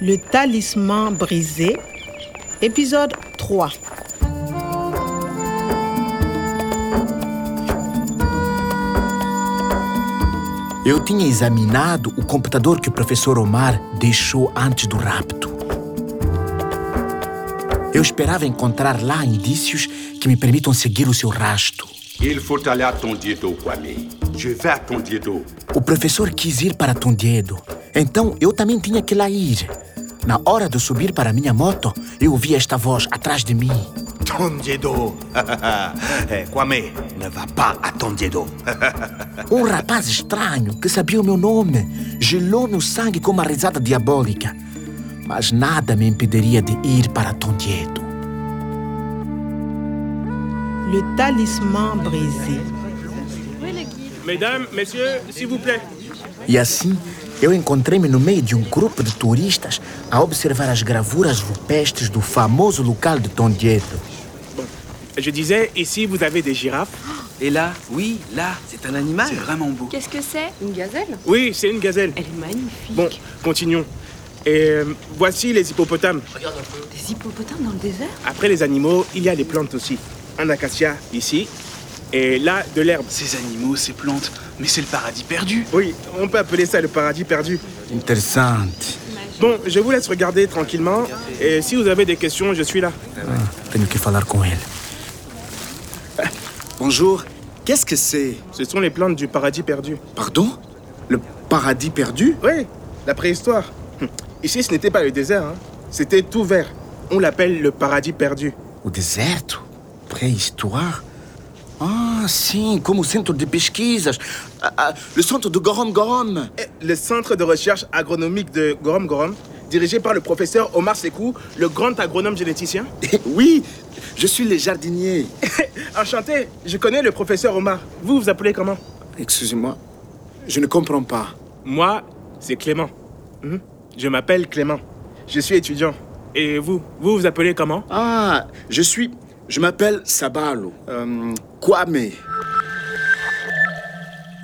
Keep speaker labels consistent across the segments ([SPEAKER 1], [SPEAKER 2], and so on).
[SPEAKER 1] Le talisman brisé, épisode 3.
[SPEAKER 2] Eu tinha examinado o computador que o professor Omar deixou antes do rapto. Eu esperava encontrar lá indícios que me permitam seguir o seu rastro.
[SPEAKER 3] Il faut aller à Tondiedo, Kwame. Je vais à Tondiedo.
[SPEAKER 2] O professor quis ir para Tondiedo, então eu também tinha que lá ir. Na hora de subir para minha moto, eu ouvi esta voz atrás de mim.
[SPEAKER 4] Tondiedo Eh, Kwame, ne va pas à Tondiedo.
[SPEAKER 2] Um rapaz estranho que sabia o meu nome gelou meu sangue com uma risada diabólica. Mas nada me impediria de ir para Tondiedo.
[SPEAKER 1] Le talisman brisé.
[SPEAKER 5] Mesdames, messieurs, s'il vous plaît.
[SPEAKER 2] E assim, eu encontrei-me no meio de um grupo de turistas a observar as gravuras rupestres do famoso local de Tondiedo.
[SPEAKER 5] Je disais, ici, vous avez des girafes.
[SPEAKER 6] Et là, oui, là, c'est un animal. C'est vraiment beau.
[SPEAKER 7] Qu'est-ce que c'est
[SPEAKER 5] Oui, c'est une gazelle.
[SPEAKER 7] Elle est magnifique.
[SPEAKER 5] Bon, continuons. Et euh, voici les hippopotames.
[SPEAKER 7] Des hippopotames dans le désert
[SPEAKER 5] Après les animaux, il y a les plantes aussi. Un acacia ici, et là, de l'herbe.
[SPEAKER 6] Ces animaux, ces plantes, mais c'est le paradis perdu.
[SPEAKER 5] Oui, on peut appeler ça le paradis perdu.
[SPEAKER 2] Interessante.
[SPEAKER 5] Bon, je vous laisse regarder tranquillement. Et si vous avez des questions, je suis là.
[SPEAKER 2] Tenho que falar com ele.
[SPEAKER 8] Bonjour. Qu'est-ce que c'est
[SPEAKER 5] Ce sont les plantes du paradis perdu.
[SPEAKER 8] Pardon Le paradis perdu
[SPEAKER 5] Oui, la préhistoire. Hum. Ici, ce n'était pas le désert. hein. C'était tout vert. On l'appelle le paradis perdu.
[SPEAKER 2] O deserto? Pré-história? Ah, sim, como centro de pesquisas. Ah, ah, o centro do Gorom Gorom.
[SPEAKER 5] Et Le centre de recherche agronomique de Gorom Gorom, dirigé par le professeur Omar Sekou, le grand agronome généticien.
[SPEAKER 8] Oui, je suis le jardinier.
[SPEAKER 5] Enchanté, je connais le professeur Omar. Vous vous appelez comment
[SPEAKER 8] Excusez-moi, je ne comprends pas.
[SPEAKER 5] Moi, c'est Clément. Mhm. Je m'appelle Clément. Je suis étudiant. Et vous, vous vous appelez comment
[SPEAKER 8] Ah, je suis... Je m'appelle Sabalo. Euh, Kwame.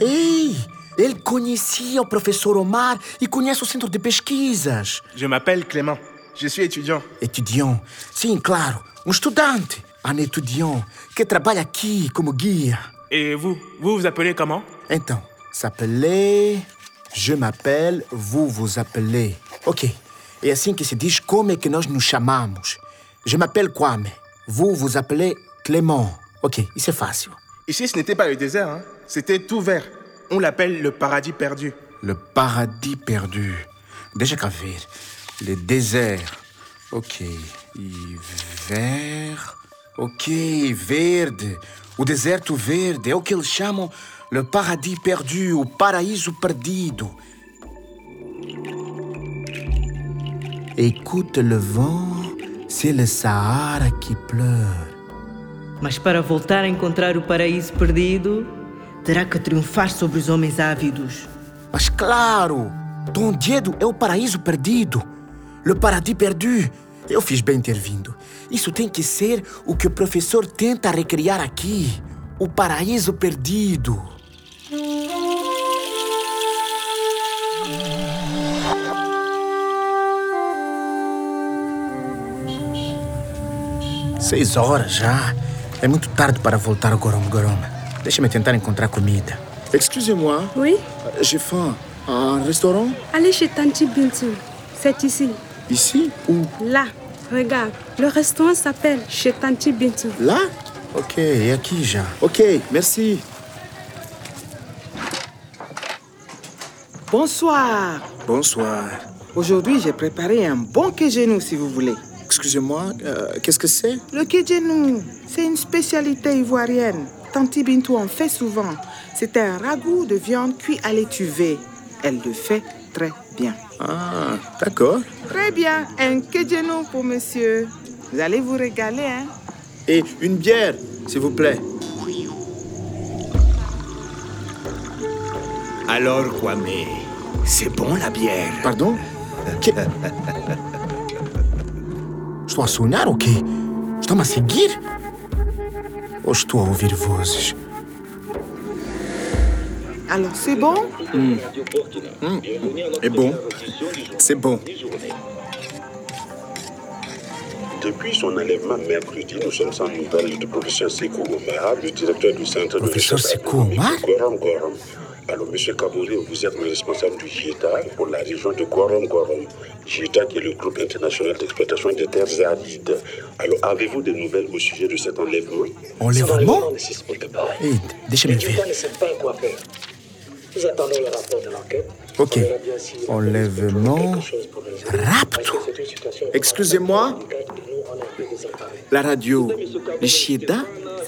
[SPEAKER 2] Ei, ele conhecia o professor Omar e conhece o centro de pesquisas.
[SPEAKER 5] Je m'appelle Clément. Je suis étudiant.
[SPEAKER 2] Étudiant, sim, claro, um estudante. Um étudiant que trabalha aqui como guia.
[SPEAKER 5] Et vous, vous vous appelez comment
[SPEAKER 2] Então, s'appeler, je m'appelle, vous vous appelez. Ok, é assim que se diz como é que nós nos chamamos. Je m'appelle Kwame, vous vous appelez Clément. Ok, isso é fácil.
[SPEAKER 5] Ici, ce n'était pas le désert. hein. C'était tout vert. On l'appelle le paradis perdu.
[SPEAKER 2] Le paradis perdu. Deixa cá ver. Le désert. Ok. E vert. Ok, verde. O deserto verde é o que eles chamam le paradis perdu, o paraíso perdido. Écoute le vent, c'est le Sahara qui pleure.
[SPEAKER 9] Mas para voltar a encontrar o paraíso perdido, terá que triunfar sobre os homens ávidos.
[SPEAKER 2] Mas claro, Tondiedo é o paraíso perdido. Le paradis perdu. Eu fiz bem ter vindo. Isso tem que ser o que o professor tenta recriar aqui. O paraíso perdido. Seis horas já. É muito tarde para voltar ao Gorom Gorom. Deixa-me tentar encontrar comida.
[SPEAKER 8] Excusez-moi,
[SPEAKER 10] Oui,
[SPEAKER 8] euh, j'ai faim. Un restaurant
[SPEAKER 10] allez chez Tanti Bintou. C'est ici.
[SPEAKER 8] Ici Ou
[SPEAKER 10] Là, regarde. Le restaurant s'appelle chez Tanti Bintou.
[SPEAKER 8] là
[SPEAKER 2] Ok, é aqui já.
[SPEAKER 8] Ok, merci.
[SPEAKER 11] Bonsoir.
[SPEAKER 8] Bonsoir.
[SPEAKER 11] Aujourd'hui, j'ai préparé un bon kejenou si vous voulez.
[SPEAKER 8] Excusez-moi, euh, qu'est-ce que c'est
[SPEAKER 11] Le kejenou, c'est une spécialité ivoirienne. Tanti Bintou en fait souvent. C'est un ragoût de viande cuit à l'étuvée. Elle le fait très bien.
[SPEAKER 8] Ah, d'accord.
[SPEAKER 11] Très bien, un kejenou pour monsieur. Vous allez vous régaler, hein
[SPEAKER 8] Et une bière, s'il vous plaît.
[SPEAKER 4] Alors, Kwame, c'est bon la bière
[SPEAKER 8] Pardon Que-
[SPEAKER 2] Estou a sonhar ou quê? Estão-me a seguir? Oh, Ou estou a ouvir vozes?
[SPEAKER 11] Alors, c'est bon
[SPEAKER 8] Mmh. Mmh. Et bon, c'est bon.
[SPEAKER 12] Depuis son enlèvement mercredi, nous sommes sans nouvelles du professeur Sekou Omar, le directeur du centre
[SPEAKER 2] Professeur
[SPEAKER 12] de recherche
[SPEAKER 2] Sekou
[SPEAKER 12] agronomique
[SPEAKER 2] Omar
[SPEAKER 12] de Gorom Gorom. Alors, Monsieur Kabouré, vous êtes le responsable du GIETA pour la région de Gorom Gorom. GIETA qui est le groupe international d'exploitation des terres arides. Alors, avez-vous des nouvelles au sujet de cet enlèvement
[SPEAKER 2] Enlèvement
[SPEAKER 12] Hé,
[SPEAKER 2] Hey, déchets-moi le verre.
[SPEAKER 13] ne savent pas quoi faire. Nous attendons le rapport de l'enquête.
[SPEAKER 2] Ok. Enlèvement.
[SPEAKER 8] Rapto. Excusez-moi. La radio. Le Chieda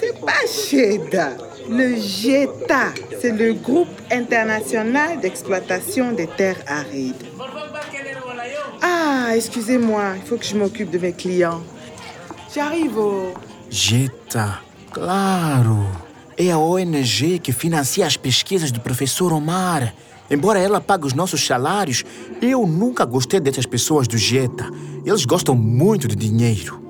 [SPEAKER 11] C'est pas GEDA. Le GETA, c'est le groupe international d'exploitation des terres arides. Ah, excusez-moi, il faut que je m'occupe de mes clients. J'arrive au...
[SPEAKER 2] Jeta, claro. É a ONG que financia as pesquisas do professor Omar. Embora ela pague os nossos salários, eu nunca gostei dessas pessoas do Jeta. Eles gostam muito de dinheiro.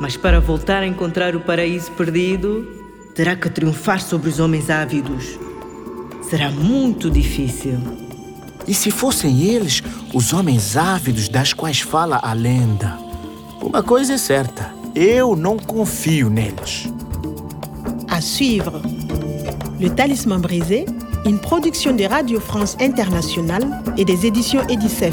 [SPEAKER 9] Mas para voltar a encontrar o paraíso perdido, terá que triunfar sobre os homens ávidos. Será muito difícil.
[SPEAKER 2] E se fossem eles os homens ávidos das quais fala a lenda? Uma coisa é certa, eu não confio neles.
[SPEAKER 1] À suivre. Le Talisman brisé, une production de Radio France Internationale et des éditions Edicef.